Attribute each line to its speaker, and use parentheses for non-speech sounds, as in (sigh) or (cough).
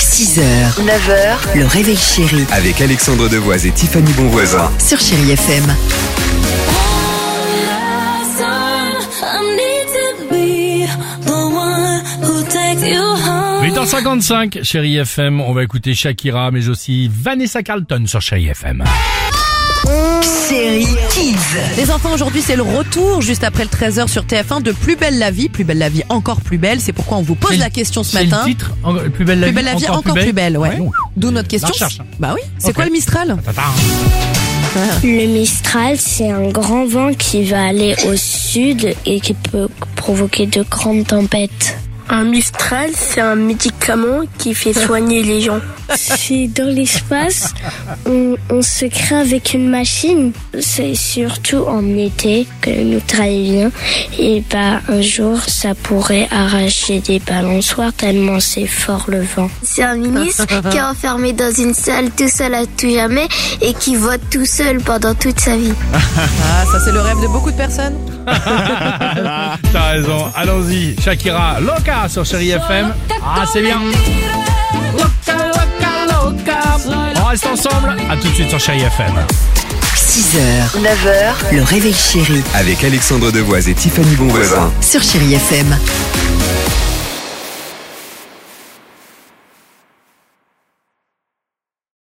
Speaker 1: 6h, 9h, le réveil chéri
Speaker 2: Avec Alexandre Devoise et Tiffany Bonvoisin.
Speaker 1: sur Chéri FM.
Speaker 3: I need to be the one who takes you home.
Speaker 4: 8h55, chérie FM, on va écouter Shakira, mais aussi Vanessa Carlton sur chérie FM.
Speaker 1: Chéri Kids.
Speaker 5: Les enfants, aujourd'hui, c'est le retour, juste après le 13h sur TF1, de Plus belle la vie. Plus belle la vie, encore plus belle. C'est pourquoi on vous pose
Speaker 4: C'est
Speaker 5: la
Speaker 4: le-
Speaker 5: question ce
Speaker 4: C'est
Speaker 5: matin.
Speaker 4: le titre, en- plus belle la
Speaker 5: Plus
Speaker 4: vie,
Speaker 5: belle la vie, encore, plus belle, ouais.
Speaker 4: donc,
Speaker 5: D'où notre question.
Speaker 4: recherche, hein.
Speaker 5: Bah oui, c'est
Speaker 4: Ok.
Speaker 5: quoi le Mistral
Speaker 4: tata.
Speaker 6: Le Mistral, c'est un grand vent qui va aller au sud et qui peut provoquer de grandes tempêtes.
Speaker 7: Un Mistral, c'est un médicament qui fait soigner les gens.
Speaker 6: (laughs) C'est dans l'espace, on, on se crée avec une machine. C'est surtout en été que nous travaillons. Et bah, un jour, ça pourrait arracher des balançoires tellement c'est fort le vent.
Speaker 7: C'est un ministre
Speaker 6: (laughs)
Speaker 7: qui est enfermé dans une salle tout seul à tout jamais et qui vote tout seul pendant toute sa vie.
Speaker 5: Ah, ça, c'est le rêve de beaucoup de personnes.
Speaker 4: T'as raison, allons-y, Shakira, Loca sur chérie FM. Ah, c'est bien. Loca, loca, loca. On reste ensemble, à tout de suite sur chérie FM.
Speaker 1: 6h, 9h, le réveil chéri
Speaker 2: Avec Alexandre Devoise et Tiffany Bonvoisin.
Speaker 1: sur Chéri FM.